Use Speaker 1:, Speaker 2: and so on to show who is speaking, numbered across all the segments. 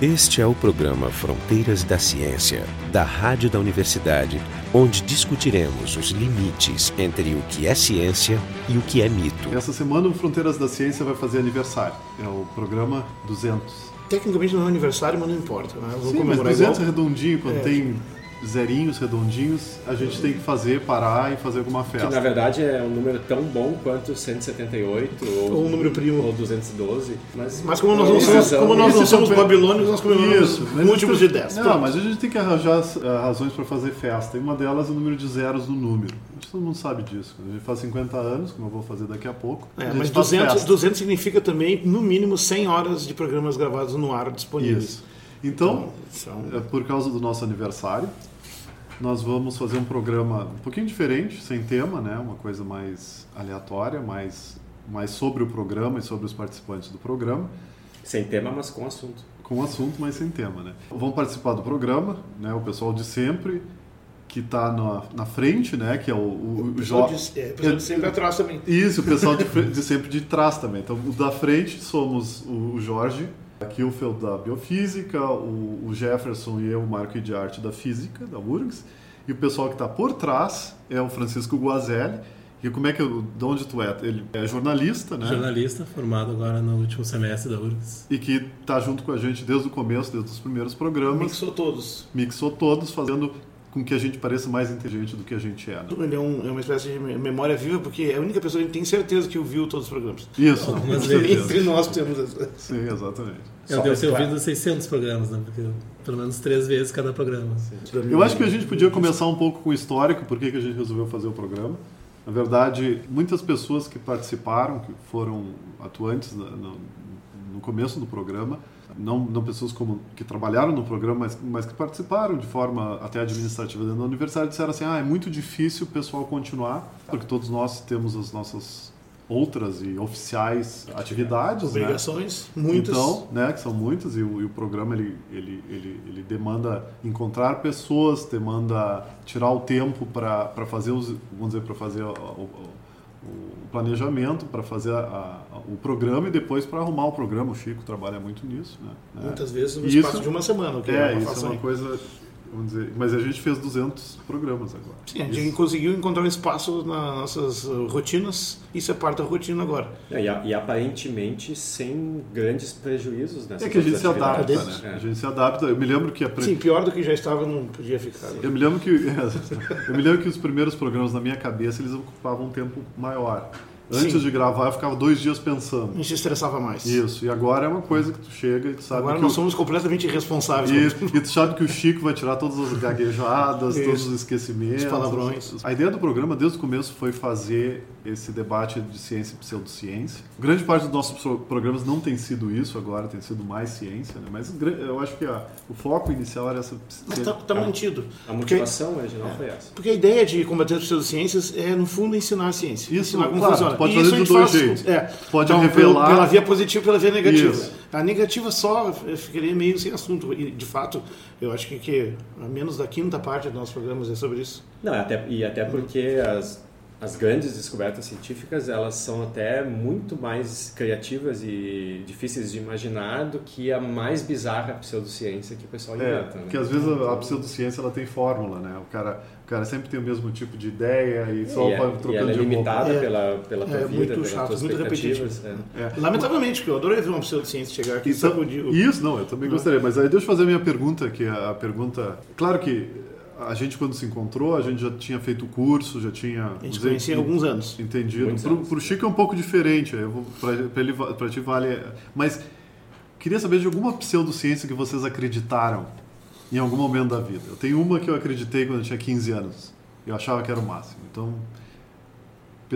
Speaker 1: Este é o programa Fronteiras da Ciência, da Rádio da Universidade, onde discutiremos os limites entre o que é ciência e o que é mito.
Speaker 2: Essa semana o Fronteiras da Ciência vai fazer aniversário. É o programa 200.
Speaker 3: Tecnicamente não é aniversário, mas não importa. Né? Vamos
Speaker 2: Sim, mas
Speaker 3: comemorar
Speaker 2: 200
Speaker 3: igual.
Speaker 2: redondinho, quando
Speaker 3: É.
Speaker 2: tem zerinhos redondinhos, a gente tem que fazer, parar e fazer alguma
Speaker 4: Que na
Speaker 2: festa.
Speaker 4: verdade é um número tão bom quanto 178 ou,
Speaker 3: Ou um número primo.
Speaker 4: ou 212. Mas,
Speaker 3: Mas como nós não
Speaker 4: Esses
Speaker 2: é
Speaker 3: somos,
Speaker 4: são-
Speaker 3: como nós não
Speaker 2: esses são
Speaker 3: somos
Speaker 2: pe-
Speaker 3: babilônios, nós comemoramos
Speaker 2: um
Speaker 3: um
Speaker 2: Isso, mas
Speaker 3: múltiplos né? de 10.
Speaker 2: Não, mas a gente tem que arranjar ah, razões para fazer festa. E uma delas é o número de zeros no número. A gente todo mundo sabe disso. Quando a gente faz 50 anos, como eu vou fazer daqui a pouco,
Speaker 3: É,
Speaker 2: a gente faz
Speaker 3: mas 200,
Speaker 2: festa.
Speaker 3: 200 significa também, no mínimo, 100 horas de programas gravados no ar disponíveis.
Speaker 2: Isso. Então,
Speaker 3: São-
Speaker 2: é por causa do nosso aniversário, nós vamos fazer um programa um pouquinho diferente, sem tema, né? Uma coisa mais aleatória, mais, mais sobre o programa e sobre os participantes do programa.
Speaker 4: Sem tema, mas com assunto.
Speaker 2: Com um assunto, mas sem tema, né? Vão participar do programa, né? O pessoal de sempre, que tá na, na frente, né? Que é o, o, o
Speaker 3: pessoal
Speaker 2: jo-
Speaker 3: de- é, pessoal de sempre atrás também.
Speaker 2: Isso, o pessoal de, fre- de sempre de trás também. Então, o da frente somos o o Jorge, a Kielfeld da Biofísica, o, o Jefferson e eu, o Marco de Arte da Física, da URGS. E o pessoal que está por trás é o Francisco Guazelli. E como é que eu, de onde tu é? Ele é jornalista, né?
Speaker 5: Um Jornalista, formado agora no último semestre da URGS.
Speaker 2: E que tá junto com a gente desde o começo, desde os primeiros programas.
Speaker 3: Mixou todos.
Speaker 2: Mixou todos, fazendo com que a gente pareça mais inteligente do que a gente é. né?
Speaker 3: Ele é, um- é uma espécie de me- memória viva, porque é a única pessoa que tem certeza que ouviu todos os programas.
Speaker 2: Isso,
Speaker 5: Algumas
Speaker 2: com
Speaker 5: vezes.
Speaker 2: certeza.
Speaker 3: Entre nós temos essa.
Speaker 2: Sim, exatamente.
Speaker 5: Eu devo ter ouvido 600 programas, né? Porque eu- pelo menos três vezes cada programa.
Speaker 2: Eu acho que a gente podia começar um pouco com o histórico, por que que a gente resolveu fazer o programa. Na verdade, muitas pessoas que participaram, que foram atuantes na- no, no começo do programa, não, não pessoas como que trabalharam no programa, mas, mas que participaram de forma até administrativa dentro da universidade, disseram assim, ah, é muito difícil o pessoal continuar, porque todos nós temos as nossas outras e oficiais atividades, né?
Speaker 3: Obrigações, muitas.
Speaker 2: Então, né, que são muitas, e o, e o programa ele, ele, ele, ele demanda encontrar pessoas, demanda tirar o tempo para fazer os, vamos dizer, para fazer o, o- o planejamento, para fazer a- a- o programa e depois para arrumar o programa. O Chico trabalha muito nisso, né? né?
Speaker 3: muitas vezes no
Speaker 2: Isso-
Speaker 3: espaço de uma semana, o que é,
Speaker 2: é,
Speaker 3: uma
Speaker 2: isso é
Speaker 3: façanha.
Speaker 2: uma coisa, vamos dizer, mas a gente fez 200 programas agora.
Speaker 3: Sim, a gente
Speaker 2: Isso.
Speaker 3: conseguiu encontrar um espaço nas nossas uh, rotinas, isso é parte da rotina agora.
Speaker 4: É, E, a- e aparentemente sem grandes prejuízos nessa
Speaker 2: É que a gente se adapta, né?
Speaker 4: É.
Speaker 2: A gente se adapta. Eu me lembro que a pre-
Speaker 3: Sim, pior do que já estava não podia ficar. né?
Speaker 2: Eu me lembro que eu me lembro que os primeiros programas na minha cabeça eles ocupavam um tempo maior. Antes
Speaker 3: Sim.
Speaker 2: de gravar eu ficava dois dias
Speaker 3: A
Speaker 2: pensando.
Speaker 3: gente se estressava mais.
Speaker 2: Isso. E agora é uma coisa que tu chega e tu sabe
Speaker 3: Agora
Speaker 2: que
Speaker 3: nós
Speaker 2: o...
Speaker 3: somos completamente irresponsáveis.
Speaker 2: E, e tu sabe que o Chico vai tirar todas as gaguejadas,
Speaker 3: Isso.
Speaker 2: todos os esquecimentos.
Speaker 3: Os palavrões.
Speaker 2: A ideia do programa, desde o começo, foi fazer esse debate de ciência e pseudociência. Grande parte dos nossos pro- programas não tem sido isso agora, tem sido mais ciência, né? Mas gra- eu acho que a- o foco inicial era essa...
Speaker 3: Mas tá está
Speaker 2: um-
Speaker 4: É.
Speaker 3: mantido. é,
Speaker 4: A motivação original foi essa.
Speaker 3: Porque a ideia de combater as pseudociências é, no fundo, ensinar a ciência.
Speaker 2: Isso,
Speaker 3: ensinar como
Speaker 2: claro,
Speaker 3: funciona.
Speaker 2: pode
Speaker 3: E
Speaker 2: fazer
Speaker 3: isso a
Speaker 2: de
Speaker 3: gente
Speaker 2: dois
Speaker 3: faz,
Speaker 2: jeitos.
Speaker 3: É.
Speaker 2: Pode
Speaker 3: então,
Speaker 2: revelar-
Speaker 3: Pela, pela via positiva e pela via negativa.
Speaker 2: Isso.
Speaker 3: A negativa só eh, ficaria meio sem assunto. E, de fato, eu acho que, que a menos da quinta parte dos nossos programas é sobre isso.
Speaker 4: Não, até, e até porque as, as grandes descobertas científicas, elas são até muito mais criativas e difíceis de imaginar do que a mais bizarra pseudociência que o pessoal
Speaker 2: É,
Speaker 4: inventa. né?
Speaker 2: porque às vezes a, a pseudociência ela tem fórmula, né? O cara, o cara sempre tem o mesmo tipo de ideia e só
Speaker 4: e, é,
Speaker 2: vai
Speaker 4: e
Speaker 2: trocando
Speaker 4: ela é
Speaker 2: de roupa.
Speaker 4: limitada
Speaker 3: É.
Speaker 4: pela, pela tua
Speaker 3: É
Speaker 4: vida,
Speaker 3: muito
Speaker 4: pelas
Speaker 3: chato,
Speaker 4: tuas
Speaker 3: muito
Speaker 4: expectativas. é.
Speaker 3: Lamentavelmente, porque eu adorei ver uma pseudociência chegar aqui e
Speaker 2: Então,
Speaker 3: sacudir o...
Speaker 2: isso, não, eu
Speaker 3: Uhum.
Speaker 2: também gostaria. Mas aí deixa eu fazer a minha pergunta, que é a pergunta... Claro que a gente quando se encontrou, a gente já tinha feito o curso, já tinha...
Speaker 3: A gente conhecia há alguns anos.
Speaker 2: Entendido.
Speaker 4: Muitos
Speaker 2: Pro,
Speaker 4: anos.
Speaker 2: pro Chico é um pouco diferente, aí eu vou, pra, pra ele, va- pra ti vale... é, Mas queria saber de alguma pseudociência que vocês acreditaram em algum momento da vida. Eu tenho uma que eu acreditei quando eu tinha 15 anos. Eu achava que era o máximo. Então,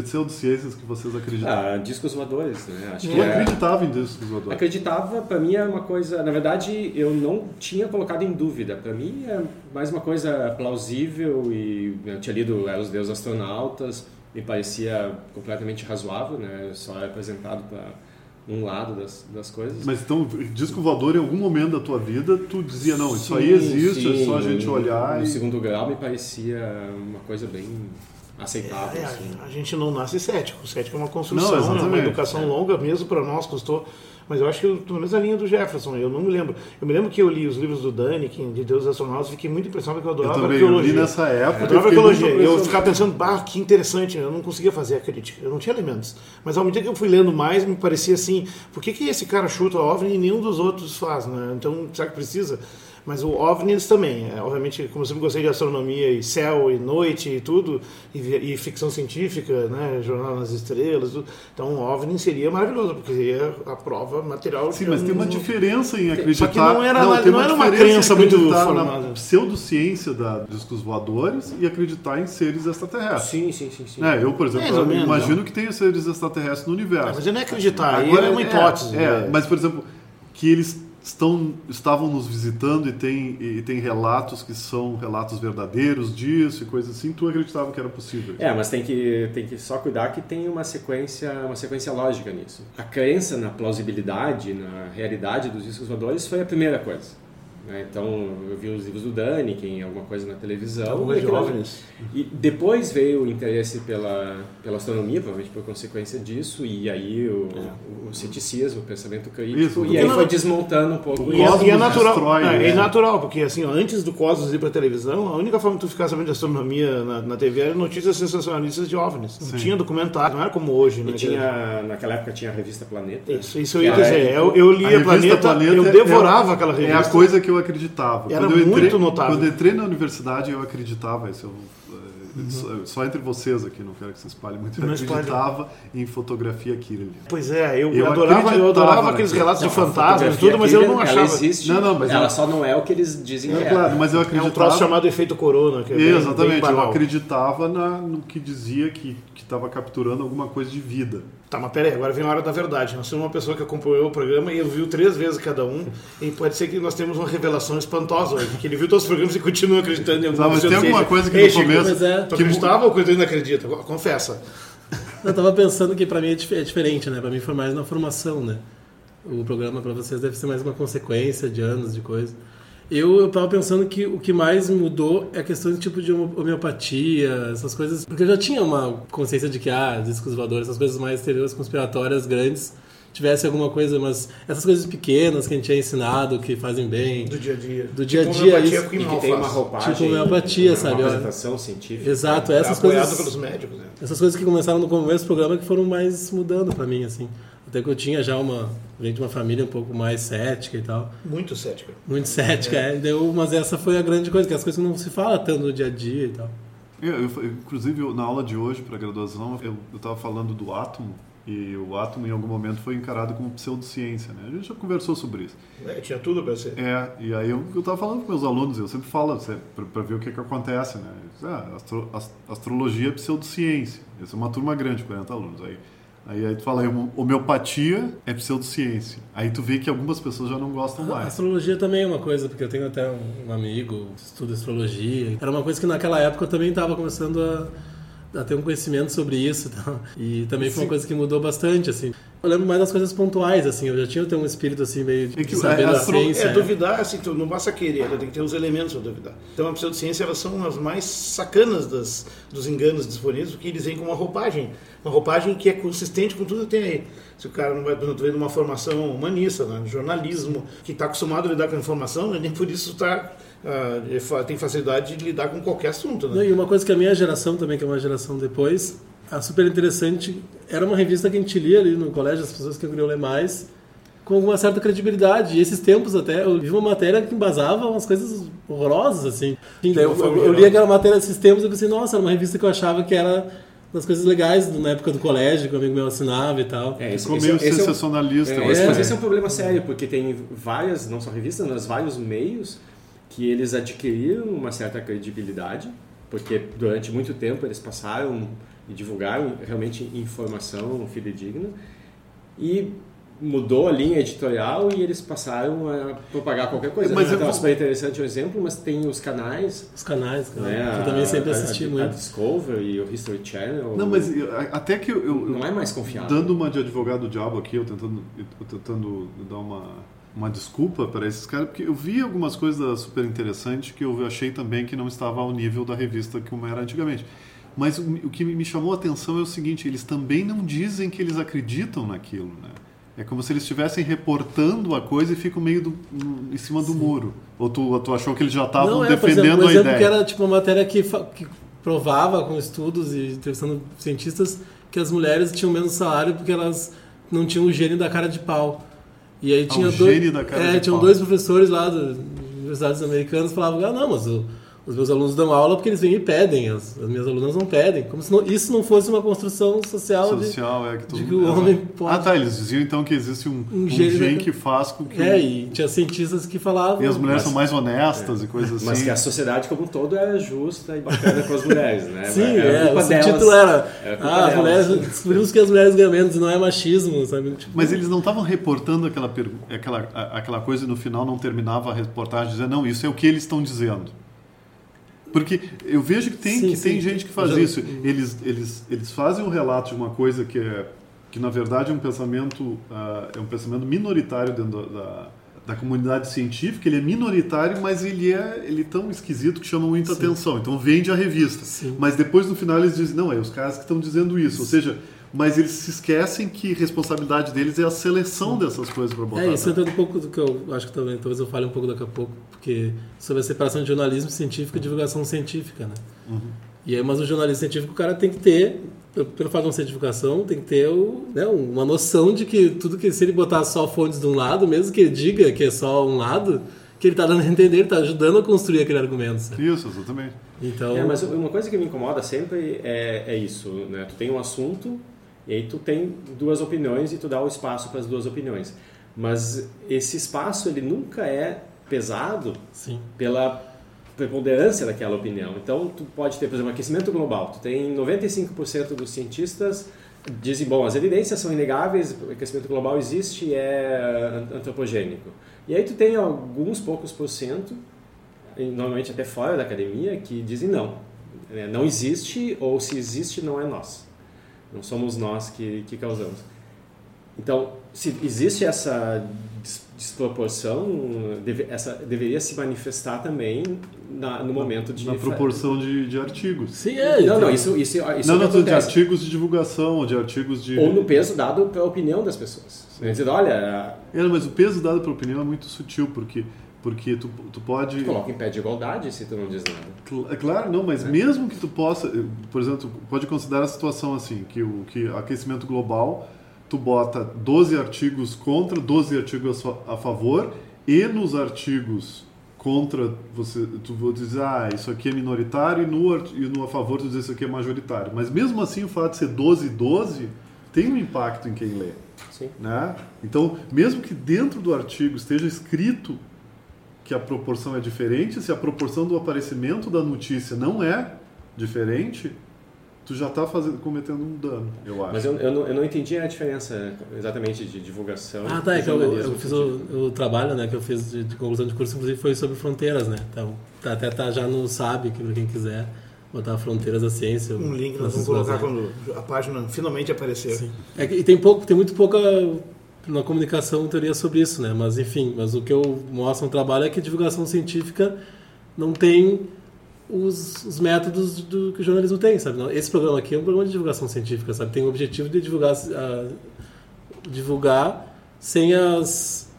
Speaker 2: pseudociências que vocês acreditaram.
Speaker 4: Ah, discos voadores, né? Acho
Speaker 2: Tu
Speaker 3: Uhum.
Speaker 4: que é-
Speaker 2: acreditava em Deus dos voadores?
Speaker 4: Acreditava, pra mim é uma coisa. Na verdade, eu não tinha colocado em dúvida. Pra mim é mais uma coisa plausível e eu tinha lido Era os Deuses Astronautas, me parecia completamente razoável, né? Só é apresentado para um lado das, das coisas.
Speaker 2: Mas então, disco voador, em algum momento da tua vida, tu dizia, não, isso aí
Speaker 4: Sim,
Speaker 2: existe, é
Speaker 4: sim,
Speaker 2: só a gente
Speaker 4: no-
Speaker 2: olhar
Speaker 4: No
Speaker 2: e...
Speaker 4: segundo grau me parecia uma coisa bem aceitável.
Speaker 3: É,
Speaker 4: assim.
Speaker 3: a gente não nasce cético. O cético é uma
Speaker 2: Não,
Speaker 3: construção, é uma
Speaker 2: exatamente.
Speaker 3: educação longa mesmo para nós, custou. Mas eu acho que eu tô na mesma linha do Jefferson, eu não me lembro. Eu me lembro que eu li os livros do Daniken, de Deus Astronautas, fiquei muito impressionado porque eu
Speaker 2: Eu
Speaker 3: adorava
Speaker 2: também eu
Speaker 3: arqueologia.
Speaker 2: li nessa época.
Speaker 3: É, Eu
Speaker 2: fiquei
Speaker 3: adorava
Speaker 2: muito
Speaker 3: arqueologia. Eu
Speaker 2: impressionado.
Speaker 3: ficava pensando, bah, que interessante, eu não conseguia fazer a crítica, eu não tinha elementos. Mas ao medida que eu fui lendo mais, me parecia assim, por que, que esse cara chuta o OVNI e nenhum dos outros faz, né? Então, será que precisa? Mas o OVNI eles também, é, obviamente, como eu sempre gostei de astronomia e céu e noite e tudo, e, vi- e ficção científica, né, jornal nas estrelas, tudo. então o OVNI seria maravilhoso, porque seria a prova material.
Speaker 2: Sim,
Speaker 3: que
Speaker 2: mas
Speaker 3: eu
Speaker 2: tem uma
Speaker 3: não-
Speaker 2: diferença em acreditar.
Speaker 3: Só que não era-
Speaker 2: tem
Speaker 3: não era uma
Speaker 2: diferença em
Speaker 3: crença muito né?
Speaker 2: acreditar na
Speaker 3: formada.
Speaker 2: pseudociência da, discos voadores e acreditar em seres extraterrestres.
Speaker 4: Sim, sim, sim, sim.
Speaker 2: Né? Eu, por
Speaker 3: Mais ou
Speaker 2: exemplo,
Speaker 3: menos,
Speaker 2: imagino que tenha seres extraterrestres no
Speaker 3: Ah,
Speaker 2: universo.
Speaker 3: Mas eu não é acreditar, Agora, é uma hipótese.
Speaker 2: É,
Speaker 3: né?
Speaker 2: mas por exemplo, que eles estão, estavam nos visitando e tem, e tem relatos que são relatos verdadeiros disso e coisas assim, tu acreditava que era possível.
Speaker 4: É, mas tem que, tem que só cuidar que tem uma sequência, uma sequência lógica nisso. A crença na plausibilidade, na realidade dos discos voadores foi a primeira coisa. né? Então, eu vi os livros do Dani, quem alguma coisa na televisão.
Speaker 3: Alguma é né? de
Speaker 4: e aquilo-
Speaker 3: OVNIs.
Speaker 4: E depois veio o interesse pela, pela astronomia, provavelmente por consequência disso, e aí o, o, o ceticismo, o pensamento crítico,
Speaker 2: Isso, porque
Speaker 4: e aí
Speaker 3: É. não-
Speaker 4: foi desmontando um pouco
Speaker 2: O
Speaker 3: E é, e é
Speaker 2: Cosmos
Speaker 3: natural,
Speaker 2: destrói,
Speaker 3: é,
Speaker 2: né?
Speaker 3: é natural, porque assim, ó, antes do Cosmos ir pra televisão, a única forma de tu ficar sabendo de astronomia na, na TV era notícias sensacionalistas de OVNIs. Não tinha documentário, não era como hoje,
Speaker 4: E
Speaker 3: né?
Speaker 4: tinha, naquela época tinha a revista Planeta.
Speaker 3: Isso, isso eu ia
Speaker 4: Ah,
Speaker 3: dizer.
Speaker 4: é.
Speaker 3: Eu, eu
Speaker 2: A
Speaker 3: lia
Speaker 2: revista
Speaker 3: Planeta, eu
Speaker 2: é-
Speaker 3: devorava
Speaker 2: é-
Speaker 3: aquela
Speaker 2: É
Speaker 3: revista.
Speaker 2: a coisa que eu acreditava.
Speaker 3: Era
Speaker 2: eu entrei,
Speaker 3: muito notável.
Speaker 2: Quando eu entrei na universidade, eu acreditava. Isso eu, eh, só, só entre vocês aqui, não quero que se espalhe muito. Eu
Speaker 3: Uhum. Não espalhe.
Speaker 2: acreditava em fotografia Kirlian.
Speaker 3: Pois é, eu,
Speaker 2: Eu
Speaker 3: adorava, eu
Speaker 2: acreditava né?
Speaker 3: adorava aqueles
Speaker 2: naquilo.
Speaker 3: relatos de
Speaker 4: Não, a
Speaker 3: fantasmas e
Speaker 4: fotografia
Speaker 3: tudo, mas eu não
Speaker 4: Kirlian,
Speaker 3: achava.
Speaker 4: Ela existe,
Speaker 2: Não, não, mas
Speaker 4: ela
Speaker 2: ela-
Speaker 4: só não é o que eles dizem que
Speaker 2: É
Speaker 4: é.
Speaker 2: claro, mas eu
Speaker 3: É
Speaker 2: acreditava.
Speaker 3: um troço chamado efeito corona. Que é bem- bem
Speaker 2: Exatamente, eu
Speaker 3: banal.
Speaker 2: acreditava na- no que dizia que estava capturando alguma coisa de vida.
Speaker 3: Tá, mas peraí, agora vem a hora da verdade. Nós temos uma pessoa que acompanhou o programa e ele viu três vezes cada um. E pode ser que nós temos uma revelação espantosa hoje, que ele viu todos os programas e continua acreditando em alguma assim.
Speaker 2: Tá, mas tem alguma coisa que
Speaker 3: Ei,
Speaker 2: no
Speaker 3: Chico,
Speaker 2: começo-
Speaker 5: mas
Speaker 3: Tu
Speaker 5: é,
Speaker 2: que mu-
Speaker 3: acreditava ou que tu ainda acredita? Agora, Confessa.
Speaker 5: Eu tava pensando que pra mim é dif- é diferente, né? Pra mim foi mais na formação, né? O programa pra vocês deve ser mais uma consequência de anos, de coisa. Eu, eu tava pensando que o que mais mudou é a questão de tipo de homo- homeopatia, essas coisas. Porque eu já tinha uma consciência de que, ah, discos voadores, essas coisas mais teorias conspiratórias grandes, tivesse alguma coisa, mas essas coisas pequenas que a gente tinha ensinado, que fazem bem.
Speaker 3: Do dia a dia.
Speaker 5: Do dia a dia,
Speaker 3: homeopatia
Speaker 5: isso.
Speaker 3: com
Speaker 4: E que
Speaker 3: mal
Speaker 4: tem uma
Speaker 3: faz.
Speaker 4: roupagem,
Speaker 5: Tipo homeopatia,
Speaker 4: uma
Speaker 5: sabe, olha.
Speaker 4: representação científica.
Speaker 5: Exato,
Speaker 3: É
Speaker 5: essas
Speaker 3: apoiado
Speaker 5: coisas.
Speaker 3: pelos médicos, né?
Speaker 5: Essas coisas que começaram no começo do programa que foram mais mudando pra mim, assim. Até que eu tinha já uma. Vem de uma família um pouco mais cética e tal.
Speaker 3: Muito cético.
Speaker 5: Muito cética, é. Deu, mas essa foi a grande coisa, que as coisas não se fala tanto no dia a dia e tal.
Speaker 2: É, Eu, eu- inclusive, eu- na aula de hoje, para graduação, eu estava falando do átomo, e o átomo em algum momento foi encarado como pseudociência, né? A gente já conversou sobre isso.
Speaker 3: É, tinha tudo pra ser.
Speaker 2: É, e aí eu, eu tava falando com meus alunos, eu sempre falo para ver o que que acontece, né? Eles, Ah, astro- as- astrologia é pseudociência. Essa é uma turma grande, 40 alunos. Aí, aí, aí tu fala, aí, homeopatia é pseudociência. Aí tu vê que algumas pessoas já não gostam
Speaker 4: Ah,
Speaker 5: A
Speaker 2: mais.
Speaker 5: astrologia também é uma coisa, porque eu tenho até um, um amigo que estuda astrologia. Era uma coisa que naquela época eu também estava começando a, a ter um conhecimento sobre isso. e tal. E também foi uma coisa que mudou bastante, assim. Eu lembro mais das coisas pontuais, assim. Eu já tinha até um espírito, assim, meio de
Speaker 2: É que
Speaker 5: saber
Speaker 2: a
Speaker 5: da
Speaker 2: astro-
Speaker 5: ciência.
Speaker 3: É,
Speaker 5: né?
Speaker 3: duvidar, assim, tu não basta querer, tu tem que ter os elementos para duvidar. Então, a pseudociência, elas são as mais sacanas das, dos enganos disponíveis, porque eles vêm com uma roupagem. Uma roupagem que é consistente com tudo que tem aí. Se o cara não vai tu vem de uma formação humanista, né, jornalismo, que está acostumado a lidar com a informação, né, nem por isso tá, ah, ele fa- tem facilidade de lidar com qualquer assunto.
Speaker 5: Não,
Speaker 3: Né?
Speaker 5: e uma coisa que a minha geração também, que é uma geração depois, a super interessante, era uma revista que a gente lia ali no colégio, as pessoas que queriam ler mais, com alguma certa credibilidade. E esses tempos até, eu vi uma matéria que embasava umas coisas horrorosas, assim. Enfim, daí eu, né? eu, eu li aquela matéria esses tempos e eu pensei, nossa, era uma revista que eu achava que era das coisas legais do- na época do colégio, que um amigo meu assinava e tal.
Speaker 4: É, esse,
Speaker 2: Ficou
Speaker 4: esse-
Speaker 2: meio
Speaker 4: esse é o-
Speaker 2: sensacionalista.
Speaker 4: É,
Speaker 2: mas-
Speaker 4: esse- mas esse é um problema sério, porque tem várias, não só revistas, mas vários meios que eles adquiriram uma certa credibilidade, porque durante muito tempo eles passaram e divulgaram realmente informação fidedigna, e mudou a linha editorial e eles passaram a propagar qualquer coisa.
Speaker 2: É, Mas
Speaker 4: Mas né?
Speaker 2: eu
Speaker 4: então,
Speaker 2: vou-
Speaker 4: super interessante o exemplo, mas tem os canais,
Speaker 5: Os canais, cara.
Speaker 4: né?
Speaker 5: que eu
Speaker 4: a-
Speaker 5: também sempre
Speaker 4: a-
Speaker 5: assisti
Speaker 4: a, A
Speaker 5: muito.
Speaker 4: Discovery e o History Channel.
Speaker 2: Não, mas eu- a- até que eu, eu-
Speaker 4: Não é mais confiável.
Speaker 2: Dando uma de advogado do diabo aqui, eu tentando, eu tentando dar uma, uma desculpa para esses caras, porque eu vi algumas coisas super interessantes que eu achei também que não estava ao nível da revista como era antigamente. Mas o, o que me chamou a atenção é o seguinte: eles também não dizem que eles acreditam naquilo, né? É como se eles estivessem reportando a coisa e ficam meio do- em cima do muro. Ou tu, tu achou que eles já estavam
Speaker 5: Não, é, por
Speaker 2: defendendo
Speaker 5: exemplo, um
Speaker 2: a
Speaker 5: exemplo
Speaker 2: ideia?
Speaker 5: que era tipo uma matéria que, fa- que provava com estudos e entrevistando cientistas que as mulheres tinham menos salário porque elas não tinham o gene da cara de pau. E aí
Speaker 2: Ah,
Speaker 5: tinha
Speaker 2: o
Speaker 5: dois,
Speaker 2: gene da cara
Speaker 5: é,
Speaker 2: de
Speaker 5: tinham
Speaker 2: pau.
Speaker 5: dois professores lá do- de universidades americanas falavam: "Ah, não, mas o- os meus alunos dão aula porque eles vêm e pedem, as, as minhas alunas não pedem". Como se não- isso não fosse uma construção social,
Speaker 2: social, é que todo
Speaker 5: de que
Speaker 2: mundo-
Speaker 5: o
Speaker 2: Exato.
Speaker 5: homem pode-
Speaker 2: Ah, tá, eles diziam então que existe um, um,
Speaker 5: gene
Speaker 2: gene
Speaker 5: da-
Speaker 2: que faz com que...
Speaker 5: de É, e tinha cientistas que falavam.
Speaker 2: e as mulheres
Speaker 4: Mas-
Speaker 2: são mais honestas e coisas assim.
Speaker 4: Mas que a sociedade como um todo é justa e bacana com as mulheres, né?
Speaker 5: Sim,
Speaker 4: Era
Speaker 5: é,
Speaker 4: culpa
Speaker 5: o
Speaker 4: delas.
Speaker 5: título era,
Speaker 4: Era culpa
Speaker 5: ah, as
Speaker 4: delas.
Speaker 5: mulheres, descobrimos que as mulheres ganham menos, não é machismo, sabe? Tipo,
Speaker 2: Mas eles não estavam reportando aquela, pergu- aquela, a- aquela coisa e no final não terminava a reportagem dizendo, não, isso é o que eles estão dizendo. Porque eu vejo que tem,
Speaker 5: Sim,
Speaker 2: que tem
Speaker 5: sim.
Speaker 2: gente que faz
Speaker 5: Já-
Speaker 2: isso. Eles, eles, eles fazem um relato de uma coisa que é que na verdade é um pensamento ah, é um pensamento minoritário dentro da, da, da comunidade científica ele é minoritário mas ele é ele é tão esquisito que chama muita atenção então vende a revista
Speaker 5: Sim.
Speaker 2: mas depois no final eles dizem não é os caras que estão dizendo isso ou seja mas eles se esquecem que responsabilidade deles é a seleção dessas coisas para botar
Speaker 5: É, isso
Speaker 2: né?
Speaker 5: entrando um pouco do que eu acho que também, talvez eu fale um pouco daqui a pouco, porque sobre a separação de jornalismo científico e divulgação científica, né? E aí, mas o jornalismo científico, o cara tem que ter, pelo- pelo fato de não ser divulgação, tem que ter o- né, uma noção de que tudo que, se ele botar só fontes de um lado, mesmo que ele diga que é só um lado, que ele tá dando a entender, ele tá ajudando a construir aquele argumento, sabe?
Speaker 2: isso exatamente
Speaker 5: Então,
Speaker 4: É, mas uma coisa que me incomoda sempre é, é isso, né? Tu tem um assunto e aí tu tem duas opiniões e tu dá o espaço para as duas opiniões. Mas esse espaço, ele nunca é pesado
Speaker 5: sim.
Speaker 4: pela preponderância daquela opinião. Então, tu pode ter, por exemplo, aquecimento global. Tu tem 95% dos cientistas dizem, bom, as evidências são inegáveis, o aquecimento global existe e é an- antropogênico. E aí tu tem alguns poucos por cento, e normalmente até fora da academia, que dizem não. né, Não existe ou se existe não é nós. Não somos nós que, que causamos. Então, se existe essa dis- desproporção, deve- essa deveria se manifestar também na- no momento de
Speaker 2: na proporção de, de artigos
Speaker 5: Sim, é.
Speaker 4: Não, não,
Speaker 5: então-
Speaker 4: isso isso, isso é
Speaker 2: não,
Speaker 4: que
Speaker 2: não, de
Speaker 4: acontece.
Speaker 2: artigos de divulgação ou de artigos de
Speaker 4: ou no peso dado pela opinião das pessoas. Né? Dizendo, olha,
Speaker 2: É, mas o peso dado para opinião é muito sutil, porque, porque tu, tu pode.
Speaker 4: coloca em pé de igualdade se tu não diz nada.
Speaker 2: Cl- É claro, não, mas mesmo que tu possa. eh, Por exemplo, tu pode considerar a situação assim: que o que aquecimento global, tu bota 12 artigos contra, 12 artigos a sua- a favor, e nos artigos contra, você, tu vou dizer, ah, isso aqui é minoritário, e no, art- e no a favor tu diz isso aqui é majoritário. Mas mesmo assim, o fato de ser 12 e 12 tem um impacto em quem lê
Speaker 4: Sim.
Speaker 2: né? Então, mesmo que dentro do artigo esteja escrito que a proporção é diferente, se a proporção do aparecimento da notícia não é diferente, tu já está cometendo um dano, eu acho.
Speaker 4: Mas eu, eu, não, eu não entendi a diferença exatamente de divulgação.
Speaker 5: Ah, tá,
Speaker 4: e
Speaker 5: é que eu, eu
Speaker 4: jornalismo.
Speaker 5: fiz o, o trabalho, né, que eu fiz de, de conclusão de curso, inclusive foi sobre fronteiras, né? Então, tá, até tá já no SAB, que pra quem quiser botar fronteiras da ciência.
Speaker 3: Um link nós
Speaker 5: Francisco
Speaker 3: vamos colocar
Speaker 5: Lazar.
Speaker 3: quando a página finalmente aparecer.
Speaker 5: Sim. É que- e tem pouco, tem muito pouca na comunicação teoria sobre isso, né? Mas enfim, mas o que eu mostro no trabalho é que divulgação científica não tem os, os métodos do que o jornalismo tem, sabe? Não, Esse programa aqui é um programa de divulgação científica, sabe? Tem o objetivo de divulgar a- divulgar sem as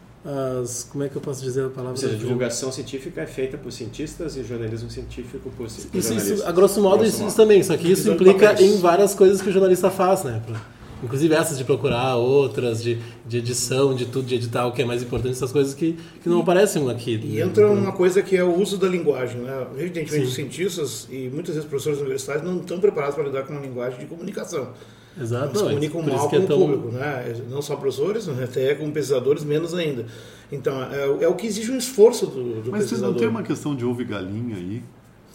Speaker 5: as como é que eu posso dizer a
Speaker 4: Ou
Speaker 5: palavra?
Speaker 4: seja, divulgação científica é feita por cientistas e jornalismo científico por, ci- por
Speaker 5: Isso,
Speaker 4: jornalistas.
Speaker 5: isso, a grosso modo,
Speaker 4: Grosso
Speaker 5: isso,
Speaker 4: modo.
Speaker 5: isso também, só que isso
Speaker 3: Divisão de
Speaker 5: implica
Speaker 3: papéis.
Speaker 5: em várias coisas que o jornalista faz, né? Pra- Inclusive essas de procurar, outras, de, de edição, de tudo, de editar o que é mais importante, essas coisas que, que não aparecem aqui.
Speaker 3: E
Speaker 5: né?
Speaker 3: entra uma coisa que é o uso da linguagem. Né? Evidentemente,
Speaker 5: Sim.
Speaker 3: os cientistas e muitas vezes professores universitários não estão preparados para lidar com uma linguagem de comunicação.
Speaker 5: Exato,
Speaker 3: Eles
Speaker 5: não,
Speaker 3: comunicam
Speaker 5: por
Speaker 3: mal
Speaker 5: isso
Speaker 3: com
Speaker 5: que é
Speaker 3: o
Speaker 5: tão...
Speaker 3: público, né? não só professores, né? até com pesquisadores, menos ainda. Então, é, o- é o que exige um esforço do, do
Speaker 2: Mas vocês não
Speaker 3: pesquisador.
Speaker 2: tem uma questão de ovo e galinha aí?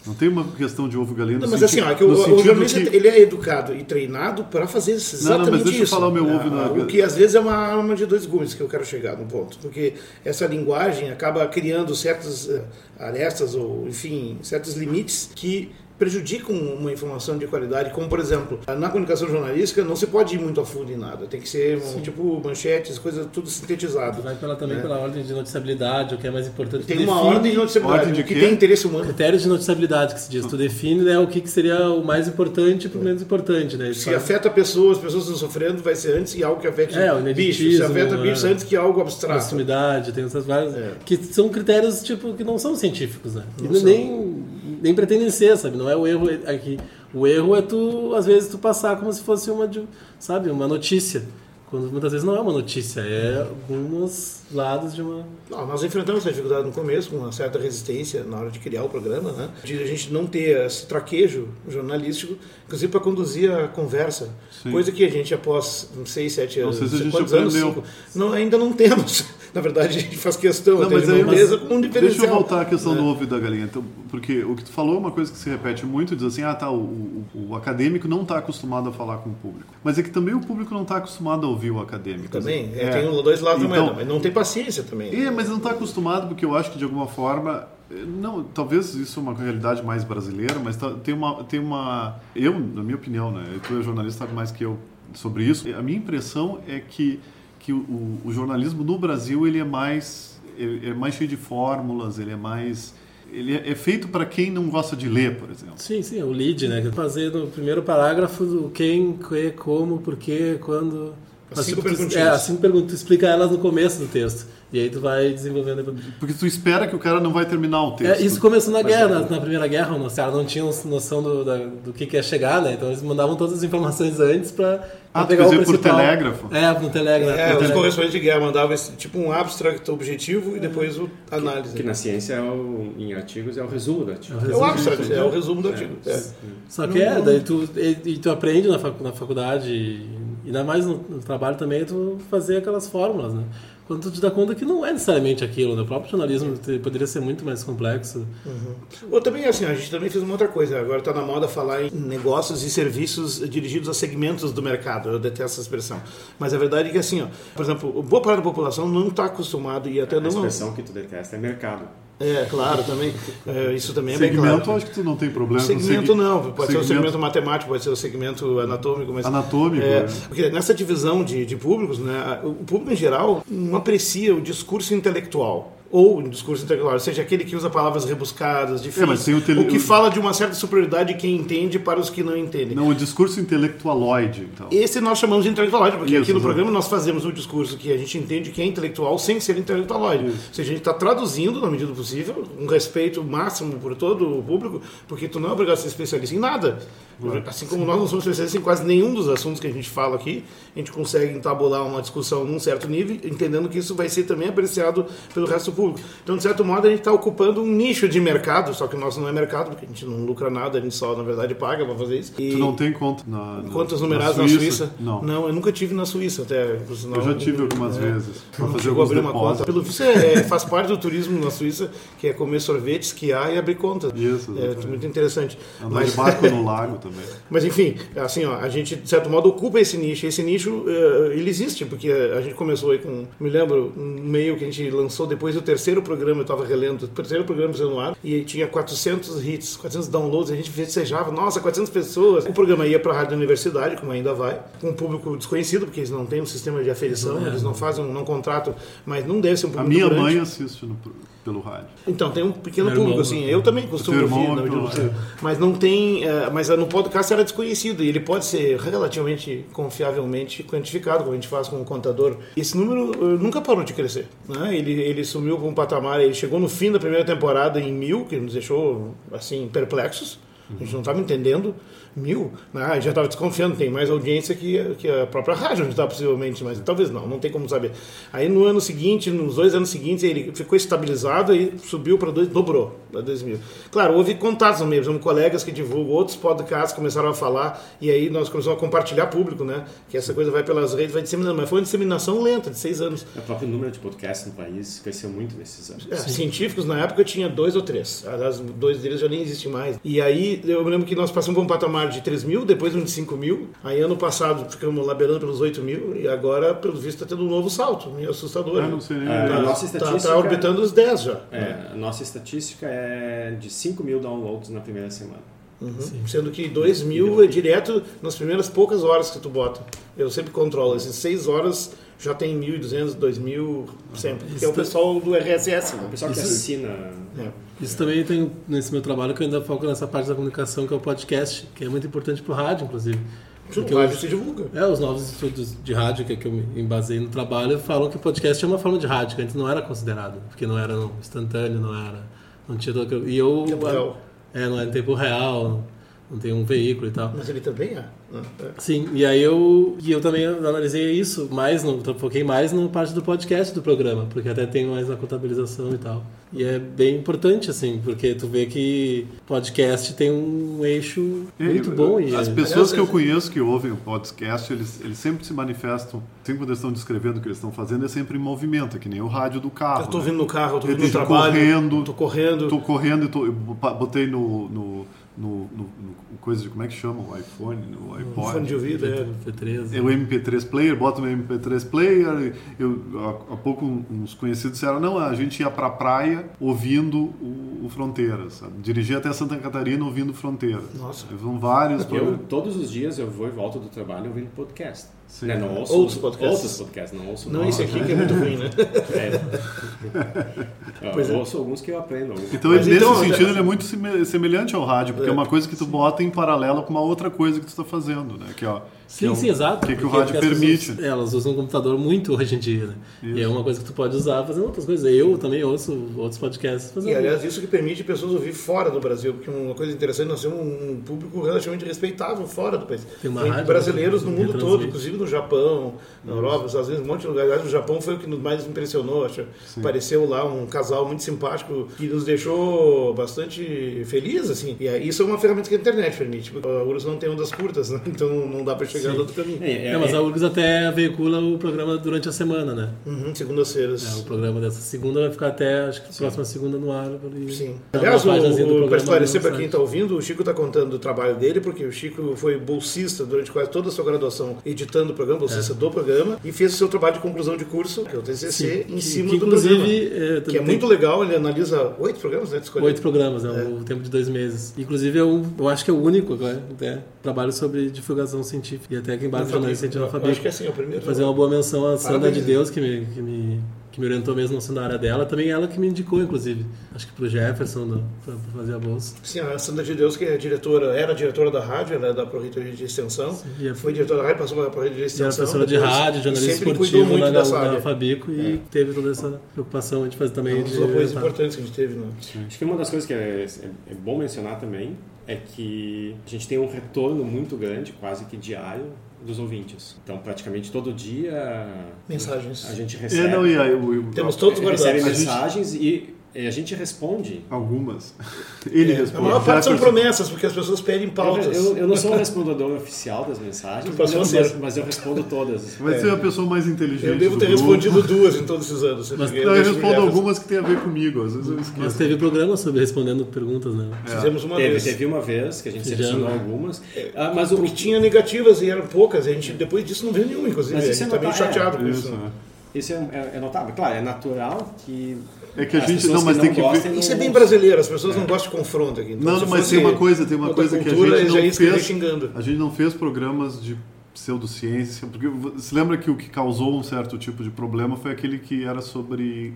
Speaker 2: Não tem uma questão de ovo e galinha no
Speaker 3: Não, mas assim,
Speaker 2: sentido,
Speaker 3: ó, é que o,
Speaker 2: no
Speaker 3: o
Speaker 2: sentido
Speaker 3: jornalista
Speaker 2: que-
Speaker 3: ele é educado e treinado para fazer
Speaker 2: Não,
Speaker 3: exatamente
Speaker 2: não, mas deixa eu
Speaker 3: isso.
Speaker 2: falar o meu
Speaker 3: É,
Speaker 2: ovo na-
Speaker 3: O que às vezes é uma arma de dois gumes que eu quero chegar no ponto, porque essa linguagem acaba criando certas eh, arestas ou, enfim, certos limites que prejudicam uma informação de qualidade, como por exemplo, na comunicação jornalística não se pode ir muito a fundo em nada, tem que ser um, tipo manchetes, coisas tudo sintetizado.
Speaker 5: Vai pela, também pela ordem de noticiabilidade, o que é mais importante.
Speaker 3: É. Tem
Speaker 5: Tu
Speaker 3: uma
Speaker 5: define
Speaker 3: ordem de noticiabilidade,
Speaker 2: Ordem de
Speaker 3: o que
Speaker 2: quê?
Speaker 3: tem interesse humano.
Speaker 5: Critérios de noticiabilidade que se diz. Tu define né, o que, que seria o mais importante pro menos importante. Né?
Speaker 3: Se afeta pessoas, as pessoas estão sofrendo, vai ser antes que algo que afete
Speaker 5: É, o
Speaker 3: bicho. Se
Speaker 5: ineditismo,
Speaker 3: afeta
Speaker 5: né?
Speaker 3: bicho, antes que algo abstrato.
Speaker 5: proximidade, tem essas várias.
Speaker 3: É.
Speaker 5: Que são critérios tipo, que não são científicos, né? E
Speaker 3: Não são.
Speaker 5: nem, nem pretendem ser, sabe? Não é o erro aqui. O erro é tu, às vezes, tu passar como se fosse uma, de- sabe, uma notícia. Quando muitas vezes não é uma notícia, é alguns lados de uma.
Speaker 3: Não, nós enfrentamos essa dificuldade no começo, com uma certa resistência na hora de criar o programa, né? De a gente não ter esse traquejo jornalístico, inclusive para conduzir a conversa.
Speaker 2: Sim.
Speaker 3: Coisa que a gente, após uns seis, sete
Speaker 2: Não
Speaker 3: anos,
Speaker 2: sei se a gente
Speaker 3: quantos anos,
Speaker 2: aprendeu.
Speaker 3: cinco, não, ainda não temos. Na verdade, a gente faz questão
Speaker 2: Não,
Speaker 3: Então,
Speaker 2: mas
Speaker 3: até de
Speaker 2: aí,
Speaker 3: uma empresa
Speaker 2: mas
Speaker 3: com um
Speaker 2: deixa
Speaker 3: diferencial.
Speaker 2: eu voltar à questão
Speaker 3: É.
Speaker 2: do ovo e da galinha. Então, porque o que tu falou é uma coisa que se repete muito, diz assim, ah, tá, o, o- o acadêmico não está acostumado a falar com o público. Mas é que também o público não está acostumado a ouvir o acadêmico.
Speaker 3: Também,
Speaker 2: Assim,
Speaker 3: é, tem um- dois lados da
Speaker 2: Então,
Speaker 3: moeda, mas não tem paciência também. né?
Speaker 2: É, mas não está acostumado porque eu acho que de alguma forma, eh, não, talvez isso é uma realidade mais brasileira, mas tá- tem uma, tem uma, eu na minha opinião, né, tu é jornalista sabe mais que eu sobre isso. A minha impressão é que que o, o jornalismo no Brasil ele é mais ele é mais cheio de fórmulas, ele é mais ele é, é feito para quem não gosta de ler, por exemplo.
Speaker 5: Sim, sim, é o lead, né? Fazer no primeiro parágrafo do quem, que, como, porquê, quando.
Speaker 3: As
Speaker 5: Mas,
Speaker 3: cinco
Speaker 5: tu-
Speaker 3: perguntinhas.
Speaker 5: é, as cinco perguntas, tu explica elas no começo do texto. E aí tu vai desenvolvendo depois.
Speaker 2: Porque tu espera que o cara não vai terminar o texto.
Speaker 5: É, isso começou na guerra,
Speaker 2: um-
Speaker 5: na, na primeira guerra, os caras não tinham noção do, da- do que, que ia chegar, né? Então eles mandavam todas as informações antes pra, pra
Speaker 2: Ah, tu
Speaker 5: pegar
Speaker 2: quer
Speaker 5: o
Speaker 2: dizer por
Speaker 5: principal.
Speaker 2: telégrafo?
Speaker 5: É, no telégrafo.
Speaker 3: É,
Speaker 5: no
Speaker 3: os
Speaker 5: telégrafo.
Speaker 3: correspondentes de guerra mandavam esse, tipo um abstract objetivo e depois o análise.
Speaker 4: Que na ciência, é o, em artigos, é o resumo do
Speaker 5: Uhum.
Speaker 4: artigo.
Speaker 3: É o abstract, é o resumo do artigo. é.
Speaker 5: Só que é, daí tu, e, e tu aprende na, facu- na faculdade, e ainda mais no, no trabalho também, tu fazer aquelas fórmulas, né? Quando tu te dá conta que não é necessariamente aquilo, né? O próprio jornalismo te- poderia ser muito mais complexo.
Speaker 3: Ou também assim, a gente também fez uma outra coisa. Agora está na moda falar em negócios e serviços dirigidos a segmentos do mercado. Eu detesto essa expressão. Mas a verdade é que assim, ó, por exemplo, boa parte da população não está acostumado e até
Speaker 4: A
Speaker 3: não.
Speaker 4: expressão que tu detesta é mercado.
Speaker 3: É, claro, também. é, isso também é bem
Speaker 2: segmento,
Speaker 3: claro.
Speaker 2: acho que tu não né? tem problema. com
Speaker 3: Segmento
Speaker 2: segui-
Speaker 3: não, pode ser o segmento matemático, pode ser o segmento anatômico, mas
Speaker 2: Anatômico,
Speaker 3: É,
Speaker 2: é.
Speaker 3: porque nessa divisão de, de públicos, né, a- o público em geral não aprecia o discurso intelectual ou o discurso intelectual, ou seja, aquele que usa palavras rebuscadas, difíceis,
Speaker 2: É, mas tem o tele-
Speaker 3: ou que
Speaker 2: o-
Speaker 3: fala de uma certa superioridade de quem entende para os que não entendem.
Speaker 2: Não, o discurso intelectualoide, então.
Speaker 3: Esse nós chamamos de intelectualoide, porque
Speaker 2: Isso, né?
Speaker 3: aqui no
Speaker 2: exato.
Speaker 3: programa nós fazemos um discurso que a gente entende que é intelectual sem ser intelectualoide. Ou seja, a gente está traduzindo, na medida do possível, um respeito máximo por todo o público, porque tu não é obrigado a ser especialista em nada. Assim como nós não somos especialistas em quase nenhum dos assuntos que a gente fala aqui, a gente consegue entabular uma discussão num certo nível, entendendo que isso vai ser também apreciado pelo resto do público. Então, de certo modo, a gente está ocupando um nicho de mercado, só que o nosso não é mercado, porque a gente não lucra nada, a gente só, na verdade, paga para fazer isso. E-
Speaker 2: Tu não tem conta na, na,
Speaker 3: Quantas numeradas na Suíça? eu nunca tive na Suíça até. por sinal.
Speaker 2: Eu já tive algumas vezes para
Speaker 3: É. Não
Speaker 2: fazer
Speaker 3: chegou a
Speaker 2: alguns
Speaker 3: abrir uma conta.
Speaker 2: depósitos.
Speaker 3: Pelo visto, é, faz parte do turismo na Suíça, que é comer sorvete, esquiar e abrir conta.
Speaker 2: Isso,
Speaker 3: é
Speaker 2: exatamente.
Speaker 3: muito interessante.
Speaker 2: Andar de barco no lago também.
Speaker 3: Mas enfim, assim, ó, a gente de certo modo ocupa esse nicho. Esse nicho eh, ele existe porque a gente começou aí com, me lembro, um e-mail que a gente lançou depois do terceiro programa, eu tava relendo, o terceiro programa saiu no ar e tinha 400 hits, 400 downloads, a gente festejava, nossa, 400 pessoas. O programa ia para a rádio da universidade, como ainda vai, com um público desconhecido, porque eles não têm um sistema de aferição, eles não fazem, um, não contratam, mas não deve ser um
Speaker 2: é. A
Speaker 3: público
Speaker 2: minha
Speaker 3: grande.
Speaker 2: mãe assiste no- pelo rádio.
Speaker 3: Então, tem um pequeno
Speaker 5: Meu
Speaker 3: público,
Speaker 5: irmão,
Speaker 3: assim.
Speaker 5: né?
Speaker 3: Eu também costumo
Speaker 2: Teu irmão
Speaker 3: ouvir,
Speaker 2: é
Speaker 3: na medida do
Speaker 2: pro-
Speaker 3: possível. Mas não tem. eh, mas no podcast era desconhecido. E ele pode ser relativamente confiavelmente quantificado, como a gente faz com o contador. Esse número eh, nunca parou de crescer. Né? Ele, ele sumiu para um patamar, ele chegou no fim da primeira temporada em mil, que nos deixou, assim, perplexos. A gente não estava entendendo mil, né? a gente já estava desconfiando, tem mais audiência que, que a própria rádio onde está possivelmente, mas talvez não, não tem como saber. Aí no ano seguinte, nos dois anos seguintes, ele ficou estabilizado e subiu para dois, dobrou para dois mil. Claro, houve contatos no meio, por exemplo, colegas que divulgam, outros podcasts começaram a falar, e aí nós começamos a compartilhar público, né? Que essa coisa vai pelas redes, vai disseminando, mas foi uma disseminação lenta, de seis anos.
Speaker 4: O próprio número de podcasts no país cresceu muito nesses anos.
Speaker 5: Uhum.
Speaker 3: É, científicos na época tinha dois ou três. Aliás, dois deles já nem existe mais. E aí eu me lembro que nós passamos por um patamar de 3 mil, depois um de 5 mil. Aí ano passado ficamos laberando pelos 8 mil e agora, pelo visto, está tendo um novo salto. Meio assustador.
Speaker 2: Eu Ah, não sei nem.
Speaker 4: É.
Speaker 3: Tá-
Speaker 4: A nossa
Speaker 3: tá-
Speaker 4: estatística-
Speaker 3: tá orbitando os 10 já.
Speaker 4: É, a nossa estatística é de 5 mil downloads na primeira semana.
Speaker 5: Sim.
Speaker 3: Uhum. Sendo que 2 mil é direto nas primeiras poucas horas que tu bota. Eu sempre controlo. Essas 6 horas já tem 1.200, 2.000, sempre. Porque é o
Speaker 5: Isso tá-
Speaker 3: pessoal do RSS.
Speaker 4: O
Speaker 3: Né?
Speaker 4: pessoal que
Speaker 5: Isso-
Speaker 4: assina.
Speaker 3: É.
Speaker 5: Isso também tem nesse meu trabalho que eu ainda foco nessa parte da comunicação que é o podcast, que é muito importante pro rádio, inclusive.
Speaker 3: Porque o rádio se divulga.
Speaker 5: É, os novos estudos de rádio que, que eu me embasei no trabalho falam que o podcast é uma forma de rádio, que antes não era considerado, porque não era não, instantâneo, não era. Não tinha todo aquele- E eu.
Speaker 3: Tempo real.
Speaker 5: É, não era em tempo real, não tem um veículo e tal.
Speaker 3: Mas ele também é. né? É.
Speaker 5: Sim, e aí eu, e eu também analisei isso, mais no, foquei mais na parte do podcast do programa, porque até tem mais na contabilização e tal. E é bem importante, assim, porque tu vê que podcast tem um eixo muito
Speaker 2: E,
Speaker 5: bom. E
Speaker 2: As
Speaker 5: é-
Speaker 2: pessoas que eu
Speaker 3: Aliás,
Speaker 2: conheço que ouvem o podcast, eles, eles sempre se manifestam, sempre quando eles estão descrevendo o que eles estão fazendo, é sempre em movimento, é que nem o rádio do carro.
Speaker 3: Eu tô
Speaker 2: né?
Speaker 3: vindo no carro, eu tô
Speaker 2: Eu
Speaker 3: vindo no
Speaker 2: tô
Speaker 3: trabalho.
Speaker 2: correndo.
Speaker 3: Tô correndo.
Speaker 2: Tô correndo e tô, eu pa- botei no, no, no, no, no coisa de como é que chama? O iPhone, no iPod.
Speaker 3: Fone de ouvido, é.
Speaker 5: tá- P13.
Speaker 2: É o MP3 player, bota o meu MP3 player. Eu, há, há pouco um- uns conhecidos disseram, não, a gente ia pra praia ouvindo o, o Fronteiras. Sabe? Dirigi até Santa Catarina ouvindo Fronteiras.
Speaker 3: Nossa.
Speaker 2: Vão vários.
Speaker 5: Uhum.
Speaker 4: Eu, todos os dias, eu vou e volto do trabalho ouvindo podcast.
Speaker 2: Sim.
Speaker 4: Né, Não ouço
Speaker 3: Outros podcasts.
Speaker 4: Outros podcasts, não ouço
Speaker 3: Não,
Speaker 4: nós,
Speaker 3: isso aqui
Speaker 4: né?
Speaker 3: que é muito ruim, né?
Speaker 4: É. Eu
Speaker 3: Pois é.
Speaker 4: ouço alguns que eu aprendo. alguns-
Speaker 2: Então,
Speaker 3: Mas
Speaker 2: ele, nesse
Speaker 3: então,
Speaker 2: sentido,
Speaker 3: já-
Speaker 2: ele é muito seme- semelhante ao rádio, porque é,
Speaker 3: É.
Speaker 2: uma coisa que tu bota em paralelo com uma outra coisa que tu está fazendo, né? Que, ó, que
Speaker 5: Sim,
Speaker 2: é o-
Speaker 5: sim, exato.
Speaker 2: Que, que o
Speaker 5: porque
Speaker 2: rádio
Speaker 5: as
Speaker 2: permite.
Speaker 5: pessoas- É, elas usam o computador muito hoje em dia, né? E é uma coisa que tu pode usar fazendo outras coisas. Eu também ouço outros podcasts fazendo.
Speaker 3: E aliás, isso que permite pessoas ouvir fora do Brasil, porque uma coisa interessante, nós temos um público relativamente respeitável fora do país.
Speaker 5: Tem uma
Speaker 3: Tem
Speaker 5: rádio,
Speaker 3: brasileiros
Speaker 5: né,
Speaker 3: no
Speaker 5: que
Speaker 3: mundo
Speaker 5: retransmite.
Speaker 3: todo, inclusive no Japão, na Europa, às vezes um monte de lugares. Aliás, O Japão foi o que nos mais impressionou, acho. Apareceu lá um casal muito simpático que nos deixou bastante feliz, assim. E aí, isso é uma ferramenta que a internet permite. A URSS não tem ondas curtas, né? então não dá para chegar no outro caminho.
Speaker 4: É, é,
Speaker 5: É, mas
Speaker 4: é-
Speaker 5: a URGS até veicula o programa durante a semana, né?
Speaker 3: Uhum,
Speaker 5: É, o
Speaker 3: Segundas-feiras.
Speaker 5: programa dessa segunda vai ficar até, acho que próxima segunda no ar. E...
Speaker 3: Sim.
Speaker 5: Tá
Speaker 3: Aliás,
Speaker 5: na páginazinha do
Speaker 3: para
Speaker 5: programa,
Speaker 3: esclarecer
Speaker 5: no
Speaker 3: para
Speaker 5: site.
Speaker 3: quem está ouvindo, o Chico está contando do trabalho dele, porque o Chico foi bolsista durante quase toda a sua graduação, editando o programa,
Speaker 5: É.
Speaker 3: bolsista do programa, e fez o seu trabalho de conclusão de curso, que é o TCC,
Speaker 5: Sim,
Speaker 3: em
Speaker 5: que-
Speaker 3: cima
Speaker 5: que,
Speaker 3: do
Speaker 5: inclusive,
Speaker 3: programa.
Speaker 5: é,
Speaker 3: Que é
Speaker 5: tem
Speaker 3: muito legal, ele analisa oito programas, né? É. tu escolheu?
Speaker 5: Oito programas, né? O tempo de dois meses. Inclusive, eu, eu acho que é o único agora, até, trabalho sobre divulgação científica. E até aqui embaixo também
Speaker 3: Alfabeto.
Speaker 5: científico
Speaker 3: Eu Acho que é assim, é o primeiro.
Speaker 5: fazer um- uma boa menção à Sandra
Speaker 3: Parabéns,
Speaker 5: de
Speaker 3: né?
Speaker 5: Deus, que me, que, me, que me orientou mesmo não sendo da área dela. Também ela que me indicou, inclusive. Acho que pro Jefferson, no, pra, pra fazer a bolsa.
Speaker 3: Sim, a Sandra de Deus, que é diretora, era diretora da rádio, ela é da Proreitoria de Extensão,
Speaker 5: e é-
Speaker 3: foi diretora da rádio, passou pela Proreitoria de
Speaker 5: E era
Speaker 3: Extensão.
Speaker 5: é professora de
Speaker 3: depois-
Speaker 5: rádio, jornalista
Speaker 3: sempre cuidou
Speaker 5: esportivo né,
Speaker 3: muito É.
Speaker 5: na, na,
Speaker 3: dessa área.
Speaker 5: na Fabico e teve toda essa preocupação de fazer também.
Speaker 3: Um
Speaker 5: de,
Speaker 3: dos apoios
Speaker 5: tá.
Speaker 3: importantes que a gente teve, né?
Speaker 4: Acho que uma das coisas que é, é- é bom mencionar também é que a gente tem um retorno muito grande, quase que diário, dos ouvintes. Então, praticamente todo dia
Speaker 3: Mensagens.
Speaker 4: a gente
Speaker 2: É,
Speaker 4: recebe,
Speaker 2: não, e aí, o- o-
Speaker 3: Temos todos guardados.
Speaker 4: recebe
Speaker 2: A gente-
Speaker 4: mensagens e- e a gente responde
Speaker 2: Algumas. Ele
Speaker 3: É, A
Speaker 2: responde.
Speaker 3: maior parte são
Speaker 2: Jefferson-
Speaker 3: promessas, porque as pessoas pedem pautas.
Speaker 4: Eu, eu não sou o respondedor oficial das mensagens,
Speaker 3: Tu
Speaker 4: mas,
Speaker 3: passou a ser.
Speaker 4: mas- mas eu respondo todas.
Speaker 2: Vai ser a pessoa mais inteligente.
Speaker 3: é. Eu devo
Speaker 2: do
Speaker 3: ter
Speaker 2: grupo.
Speaker 3: respondido duas em todos esses anos. Mas
Speaker 2: Não, eu respondo algumas que tem a ver comigo, às vezes eu
Speaker 5: Mas
Speaker 2: esqueço.
Speaker 5: teve programa sobre respondendo perguntas, né?
Speaker 3: Fizemos uma
Speaker 4: Teve,
Speaker 3: vez.
Speaker 4: teve uma vez que a gente
Speaker 5: Já,
Speaker 4: selecionou
Speaker 5: né?
Speaker 4: algumas, ah, mas o
Speaker 3: Porque tinha negativas e eram poucas. A gente, depois disso, não viu nenhuma, inclusive.
Speaker 4: Mas
Speaker 3: a
Speaker 4: isso
Speaker 3: gente
Speaker 4: é
Speaker 3: tá meio
Speaker 4: nota- é,
Speaker 3: chateado com isso.
Speaker 2: Isso,
Speaker 3: né?
Speaker 2: né?
Speaker 4: isso é, é- é notável. Claro, é natural que
Speaker 2: É que a
Speaker 4: as
Speaker 2: gente-
Speaker 4: pessoas
Speaker 2: não, mas tem que ver-
Speaker 4: gostem, não
Speaker 3: Isso é bem
Speaker 4: ouçam.
Speaker 3: brasileiro, as pessoas não gostam de confronto aqui. Então,
Speaker 2: Não,
Speaker 3: se
Speaker 2: mas
Speaker 3: fosse
Speaker 2: tem uma coisa, tem uma
Speaker 3: outra
Speaker 2: coisa que a
Speaker 3: cultura,
Speaker 2: gente não
Speaker 3: já é isso que eu
Speaker 2: fez.
Speaker 3: tô xingando.
Speaker 2: A gente não fez programas de pseudociência, assim, porque você lembra que o que causou um certo tipo de problema foi aquele que era sobre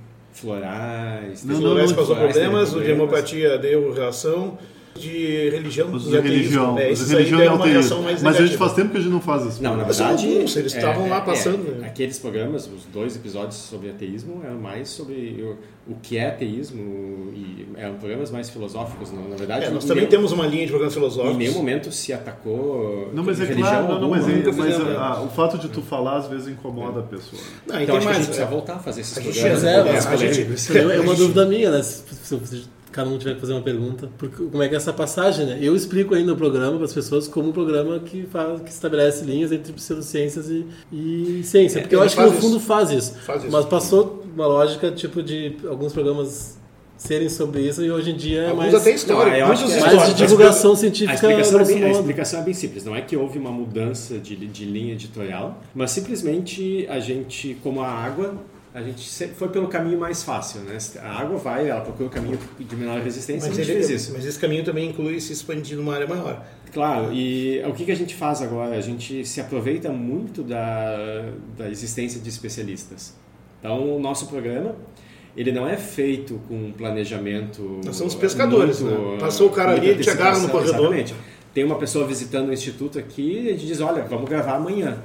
Speaker 4: Florais,
Speaker 2: Não,
Speaker 3: Os
Speaker 4: tem
Speaker 2: não,
Speaker 3: lugares
Speaker 2: não,
Speaker 3: causou
Speaker 4: florais, tem
Speaker 3: problemas, o de
Speaker 4: problemas.
Speaker 3: hemopatia deu reação, de religião
Speaker 2: os
Speaker 3: e
Speaker 2: de
Speaker 3: ateísmo.
Speaker 2: religião.
Speaker 3: É,
Speaker 2: Os de
Speaker 3: isso aí
Speaker 2: religião
Speaker 3: é
Speaker 2: e
Speaker 3: uma
Speaker 2: ateísmo.
Speaker 3: reação
Speaker 2: Mas
Speaker 3: mais
Speaker 2: a gente
Speaker 3: negativa.
Speaker 2: faz tempo que a gente não faz isso.
Speaker 4: Não, na
Speaker 3: Mas são
Speaker 4: verdade.
Speaker 3: alguns, eles
Speaker 4: é,
Speaker 3: estavam lá
Speaker 4: é,
Speaker 3: passando,
Speaker 4: é,
Speaker 3: né?
Speaker 4: aqueles programas, os dois episódios sobre ateísmo, eram mais sobre o, o que é ateísmo, e eram programas mais filosóficos, não, na verdade.
Speaker 3: É, nós
Speaker 4: em
Speaker 3: também
Speaker 4: nenhum-
Speaker 3: temos uma linha de programas
Speaker 4: Em nenhum
Speaker 3: filosóficos.
Speaker 4: momento se atacou.
Speaker 2: Não, mas é
Speaker 4: religião
Speaker 2: claro, não, não, mas,
Speaker 4: alguma.
Speaker 2: é- mas ah, o fato de tu falar às vezes incomoda a pessoa.
Speaker 3: Não, e tem
Speaker 4: Então acho que a gente
Speaker 3: mais.
Speaker 4: precisa
Speaker 3: é.
Speaker 4: voltar a fazer esses
Speaker 3: A gente
Speaker 4: programas.
Speaker 5: Mas é,
Speaker 4: né?
Speaker 5: mas
Speaker 3: a
Speaker 4: As
Speaker 3: gente-
Speaker 4: polêmicas.
Speaker 5: Isso É uma dúvida minha, né? Se, se- se cada um tiver que fazer uma pergunta, porque como é que é essa passagem, né? Eu explico ainda o programa para as pessoas como um programa que faz, que estabelece linhas entre pseudociências e, e ciência, porque eu
Speaker 3: É, ele
Speaker 5: acho que no
Speaker 3: faz
Speaker 5: fundo
Speaker 3: isso.
Speaker 5: faz isso.
Speaker 3: Faz isso.
Speaker 5: Mas passou uma lógica tipo de alguns programas serem sobre isso e hoje em dia é
Speaker 3: Alguns
Speaker 5: mais
Speaker 3: até história,
Speaker 4: Não, eu acho
Speaker 3: muitos
Speaker 4: que é-
Speaker 5: mais
Speaker 3: históricos.
Speaker 5: de divulgação
Speaker 4: A
Speaker 5: científica
Speaker 4: explicação, é
Speaker 5: grosso
Speaker 4: bem, a
Speaker 5: modo.
Speaker 4: explicação é bem simples. Não é que houve uma mudança de, de linha editorial, mas simplesmente a gente, como a água, a gente sempre foi pelo caminho mais fácil, né? A água vai, ela procura o caminho de menor resistência,
Speaker 3: Mas,
Speaker 4: a gente
Speaker 3: ele-
Speaker 4: fez isso.
Speaker 3: mas esse caminho também inclui se expandir numa área maior.
Speaker 4: Claro, e o que, que a gente faz agora? A gente se aproveita muito da, da existência de especialistas. Então, o nosso programa, ele não é feito com um planejamento...
Speaker 3: Nós somos pescadores, né? Passou o cara
Speaker 4: muita
Speaker 3: ali, ele te agarra no
Speaker 4: antecipação,
Speaker 3: corredor.
Speaker 4: Exatamente. Tem uma pessoa visitando o instituto aqui e a gente diz, olha, vamos gravar amanhã.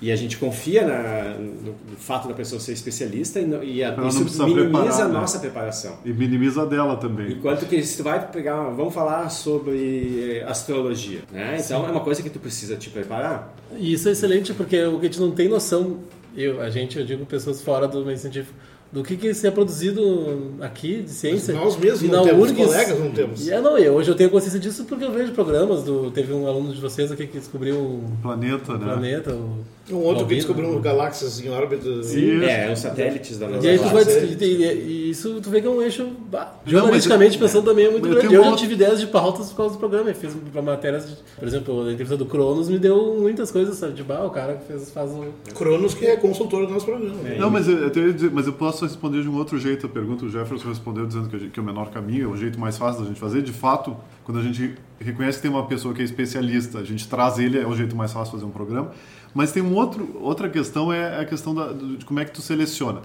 Speaker 4: E a gente confia na- no, no fato da pessoa ser especialista e, não- e a-
Speaker 2: Ela não
Speaker 4: isso
Speaker 2: precisa
Speaker 4: minimiza
Speaker 2: preparar,
Speaker 4: a
Speaker 2: né?
Speaker 4: nossa preparação.
Speaker 2: E minimiza a dela também.
Speaker 4: Enquanto que se tu vai pegar, vamos falar sobre astrologia, né? Então é uma coisa que tu precisa te preparar.
Speaker 5: E isso é excelente porque o que a gente não tem noção, eu, a gente, eu digo pessoas fora do meio científico, do que que se é produzido aqui de ciência.
Speaker 3: Nós mesmos
Speaker 5: E
Speaker 3: não
Speaker 5: na
Speaker 3: temos,
Speaker 5: URGS.
Speaker 3: colegas não temos.
Speaker 5: E é, não, eu, hoje eu tenho consciência disso porque eu vejo programas do. Teve um aluno de vocês aqui que descobriu o
Speaker 2: Planeta,
Speaker 3: Ah.
Speaker 2: né?
Speaker 5: planeta. O,
Speaker 3: Um outro que
Speaker 5: Malvina.
Speaker 3: descobriu galáxias em órbita.
Speaker 2: Sim. Isso.
Speaker 4: É, os satélites da nossa
Speaker 5: E aí tu vai
Speaker 4: galáxia.
Speaker 5: descobrir- e, e isso tu vê que é um eixo bah,
Speaker 2: mas
Speaker 5: jornalisticamente
Speaker 2: eu-
Speaker 5: pensando também é muito
Speaker 2: mas eu
Speaker 5: grande.
Speaker 2: tenho
Speaker 5: Eu
Speaker 2: uma
Speaker 5: já
Speaker 2: outra-
Speaker 5: tive ideias de pautas por causa do programa. Eu fiz pra matérias, de, por exemplo, a entrevista do Cronos me deu muitas coisas, sabe? De bah, o cara que fez, faz um o.
Speaker 3: Cronos, que é consultor do nosso programa. né?
Speaker 2: Não, mas eu, eu tenho que dizer- mas eu posso responder de um outro jeito a pergunta. O Jefferson respondeu dizendo que, a gente- que o menor caminho é o jeito mais fácil da gente fazer. De fato, quando a gente reconhece que tem uma pessoa que é especialista, a gente traz ele, é o jeito mais fácil de fazer um programa. Mas tem um outro, outra questão, é a questão da- do- de como é que tu seleciona.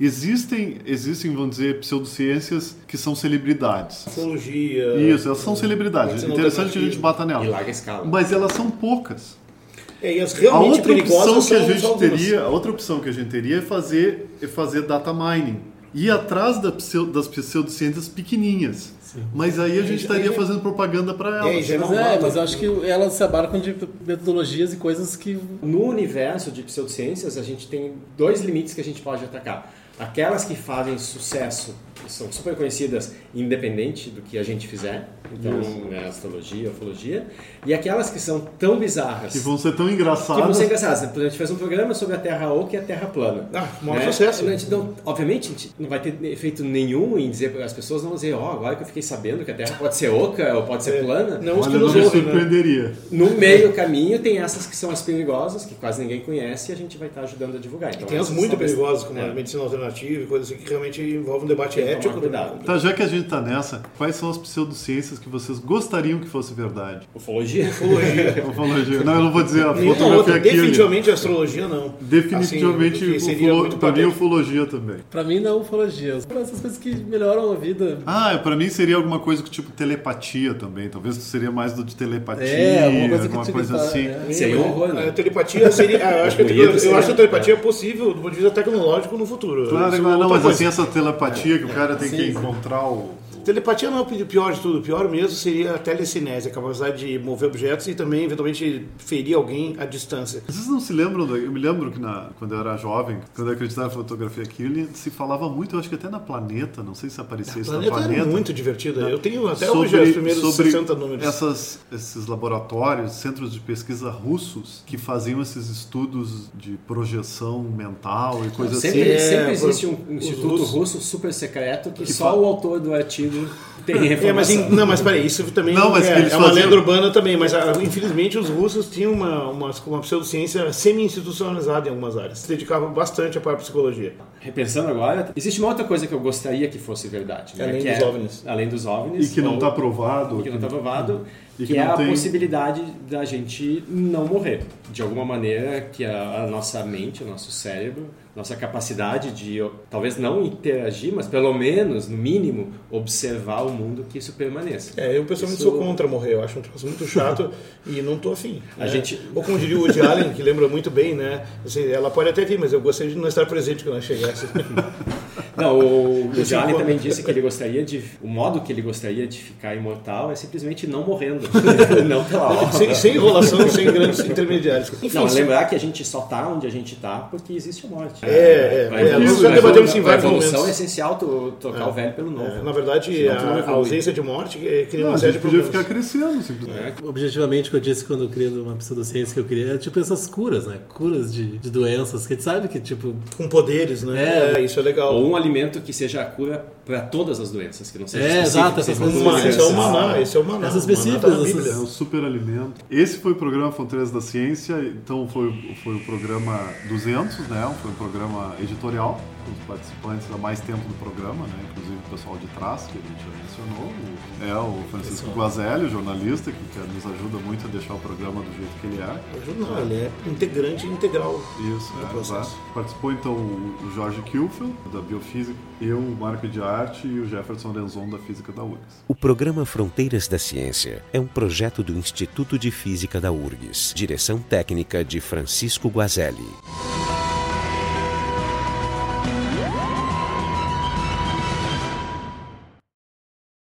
Speaker 2: Existem, existem, vamos dizer, pseudociências que são celebridades.
Speaker 3: Astrologia.
Speaker 2: Isso, elas são celebridades.
Speaker 3: Mas não
Speaker 2: Interessante
Speaker 3: tem
Speaker 2: que a gente
Speaker 3: motivo.
Speaker 2: bata
Speaker 4: um E larga
Speaker 2: nela.
Speaker 4: escala.
Speaker 2: Mas elas são poucas
Speaker 3: É, e as
Speaker 2: a
Speaker 3: realmente
Speaker 2: outra opção
Speaker 3: perigosas
Speaker 2: que a
Speaker 3: são- são
Speaker 2: gente
Speaker 3: algumas.
Speaker 2: teria, a outra opção que a gente teria é fazer, é fazer data mining. Ir atrás da pseu- das pseudociências pequenininhas. Mas aí a gente estaria fazendo propaganda para
Speaker 3: É, e
Speaker 2: elas.
Speaker 3: já
Speaker 5: Mas
Speaker 3: não
Speaker 5: é,
Speaker 3: mata.
Speaker 5: mas eu acho que elas se abarcam de metodologias e coisas que.
Speaker 4: No universo de pseudociências, a gente tem dois limites que a gente pode atacar. Aquelas que fazem sucesso, que são super conhecidas, independente do que a gente fizer, então, né, astrologia, ufologia, e aquelas que são tão bizarras
Speaker 2: Que vão ser tão
Speaker 4: Que vão
Speaker 2: engraçadas.
Speaker 4: ser engraçadas. A gente fez um programa sobre a Terra Oca e a Terra Plana. Né? Então,
Speaker 3: Ah, maior sucesso.
Speaker 4: A gente não- obviamente, a gente não vai ter efeito nenhum em dizer, as pessoas não vão dizer, ó, agora que eu fiquei sabendo que a Terra pode ser oca ou pode ser plana.
Speaker 3: É. Não os que
Speaker 2: Olha, não
Speaker 3: nos
Speaker 2: me
Speaker 3: ouvem, né?
Speaker 2: surpreenderia.
Speaker 4: No meio caminho tem essas que são as perigosas, que quase ninguém conhece, e a gente vai estar ajudando a divulgar. Então,
Speaker 3: Tem as
Speaker 4: essas
Speaker 3: muito
Speaker 4: talvez-
Speaker 3: perigosas, como a
Speaker 4: É.
Speaker 3: medicina alternativa e coisas assim, que realmente envolvem um debate
Speaker 4: Tem que tomar
Speaker 3: ético.
Speaker 4: cuidado.
Speaker 2: Tá, já que a gente tá nessa, quais são as pseudociências que vocês gostariam que fosse verdade?
Speaker 4: Ufologia.
Speaker 3: Ufologia.
Speaker 2: Ufologia. Não, eu não vou dizer a fotografia
Speaker 3: Nenhuma Então, outra.
Speaker 2: aqui.
Speaker 3: Definitivamente a astrologia, não.
Speaker 2: Definitivamente,
Speaker 3: Assim, porque seria
Speaker 2: ufolo-
Speaker 3: muito
Speaker 2: pra mim,
Speaker 3: patente.
Speaker 2: ufologia também.
Speaker 5: Pra mim não ufologia. São Essas coisas que melhoram a vida.
Speaker 2: Ah, pra mim seria alguma coisa que tipo telepatia também. Talvez seria mais do de telepatia,
Speaker 5: É, alguma coisa que
Speaker 2: alguma
Speaker 5: te-
Speaker 2: coisa
Speaker 5: tá,
Speaker 2: assim.
Speaker 5: é.
Speaker 4: Seria um horror,
Speaker 3: A
Speaker 4: né?
Speaker 3: telepatia seria. ah, eu acho que a,
Speaker 4: Bonito
Speaker 3: tele- eu
Speaker 4: seria.
Speaker 3: acho a telepatia é possível do ponto de vista tecnológico no futuro.
Speaker 2: é. Claro,
Speaker 3: Isso é
Speaker 2: não,
Speaker 3: outra
Speaker 2: mas
Speaker 3: coisa.
Speaker 2: assim, essa telepatia que o cara tem que encontrar o.
Speaker 3: Telepatia não é o pi- pior de tudo. O pior mesmo seria a telecinese, a capacidade de mover objetos e também, eventualmente, ferir alguém à distância.
Speaker 2: Vocês não se lembram? da- Eu me lembro que na- quando eu era jovem, quando eu acreditava em fotografia Kirlian, se falava muito, eu acho que até na Planeta, não sei se aparecia isso
Speaker 3: Planeta
Speaker 2: na
Speaker 3: era
Speaker 2: Planeta.
Speaker 3: muito divertida. Eu tenho até
Speaker 2: sobre,
Speaker 3: hoje é os primeiros
Speaker 2: sobre
Speaker 3: 60 números.
Speaker 2: Essas, esses laboratórios, centros de pesquisa russos que faziam esses estudos de projeção mental e coisas assim.
Speaker 4: Sempre,
Speaker 3: É,
Speaker 4: sempre
Speaker 3: por-
Speaker 4: existe um
Speaker 3: os
Speaker 4: instituto
Speaker 3: russos.
Speaker 4: russo super secreto que,
Speaker 2: Que
Speaker 4: só
Speaker 2: fa-
Speaker 4: o autor do artigo tem informação.
Speaker 3: É, mas em- não, mas peraí, isso também
Speaker 2: Não, mas
Speaker 3: é,
Speaker 2: eles
Speaker 3: é uma
Speaker 2: faziam-
Speaker 3: lenda urbana também, mas ah, infelizmente os russos tinham uma, uma, uma pseudociência semi-institucionalizada em algumas áreas. Se dedicavam bastante à parapsicologia.
Speaker 4: Repensando agora, existe uma outra coisa que eu gostaria que fosse verdade. né?
Speaker 3: Além
Speaker 4: Que
Speaker 3: dos OVNIs.
Speaker 4: Além dos
Speaker 2: assim, E
Speaker 4: OVNIs.
Speaker 2: que não
Speaker 3: né?
Speaker 4: ou-
Speaker 2: está provado.
Speaker 4: que não está provado,
Speaker 2: E
Speaker 4: que,
Speaker 2: que
Speaker 4: é
Speaker 2: não
Speaker 4: a
Speaker 2: tem-
Speaker 4: possibilidade da gente não morrer. De alguma maneira que a, a nossa mente, o nosso cérebro, nossa capacidade de ó, talvez não interagir, mas pelo menos, no mínimo, observar o mundo que isso permaneça.
Speaker 3: É, eu pessoalmente
Speaker 4: Isso-
Speaker 3: sou contra morrer, eu acho um troço muito chato e não tô afim.
Speaker 4: A
Speaker 3: né?
Speaker 4: gente-
Speaker 3: Ou como diria o Woody Allen, que lembra muito bem, né? Assim, ela pode até vir, mas eu gostaria de não estar presente quando ela assim, chegasse.
Speaker 4: Não, o, o
Speaker 3: Esse
Speaker 4: Jalen
Speaker 3: encontro-
Speaker 4: também disse que ele gostaria de. O modo que ele gostaria de ficar imortal é simplesmente não morrendo. não pela obra.
Speaker 3: sem, sem enrolação, sem grandes intermediários. Enfim,
Speaker 4: Não, é
Speaker 3: sim.
Speaker 4: lembrar que a gente só tá onde a gente tá porque existe a morte.
Speaker 3: É, é,
Speaker 4: A
Speaker 3: é,
Speaker 4: evolução-
Speaker 2: nós já
Speaker 4: a
Speaker 3: debatemos em
Speaker 4: evolu-
Speaker 3: vários
Speaker 4: A evolução
Speaker 3: momentos.
Speaker 4: é essencial tu trocar o velho pelo novo.
Speaker 3: É, na verdade,
Speaker 4: Senão tu
Speaker 3: a,
Speaker 4: não
Speaker 3: a
Speaker 4: evolui.
Speaker 3: ausência de morte é, cria
Speaker 2: Não,
Speaker 3: uma
Speaker 2: a
Speaker 3: série de
Speaker 2: gente podia
Speaker 3: problemas.
Speaker 2: ficar crescendo, simplesmente.
Speaker 3: É,
Speaker 5: Objetivamente, o que eu disse quando eu criei uma pseudociência que eu queria era tipo essas curas, né? Curas de, de doenças que a gente sabe que, tipo,
Speaker 3: Com poderes, né?
Speaker 5: É.
Speaker 3: isso é legal.
Speaker 4: Ou um alimento que seja a cura para todas as doenças, que não seja
Speaker 5: É,
Speaker 4: específico,
Speaker 5: exato,
Speaker 4: seja
Speaker 5: essas
Speaker 4: uma
Speaker 5: coisas
Speaker 3: Uma-
Speaker 4: doença.
Speaker 3: esse é o maná, esse é o maná.
Speaker 5: Essas
Speaker 3: O maná
Speaker 5: específicas,
Speaker 3: tá na
Speaker 5: essas-
Speaker 3: Bíblia.
Speaker 2: É um superalimento. Esse foi o programa Fronteiras da Ciência, então foi, foi o programa 200, né? Foi um programa editorial. com os participantes há mais tempo do programa, né? inclusive o pessoal de trás, que a gente já mencionou. O- É o Francisco Guazelli, jornalista, que, que nos ajuda muito a deixar o programa do jeito que ele é.
Speaker 3: Não, ele é integrante integral.
Speaker 2: Isso,
Speaker 3: do
Speaker 2: é,
Speaker 3: processo.
Speaker 2: exato. Participou então o o Jorge Kilfel, da Biofísica, eu, o Marco de Arte e o Jefferson Lenzon, da Física da URGS.
Speaker 1: O programa Fronteiras da Ciência é um projeto do Instituto de Física da URGS, direção técnica de Francisco Guazelli.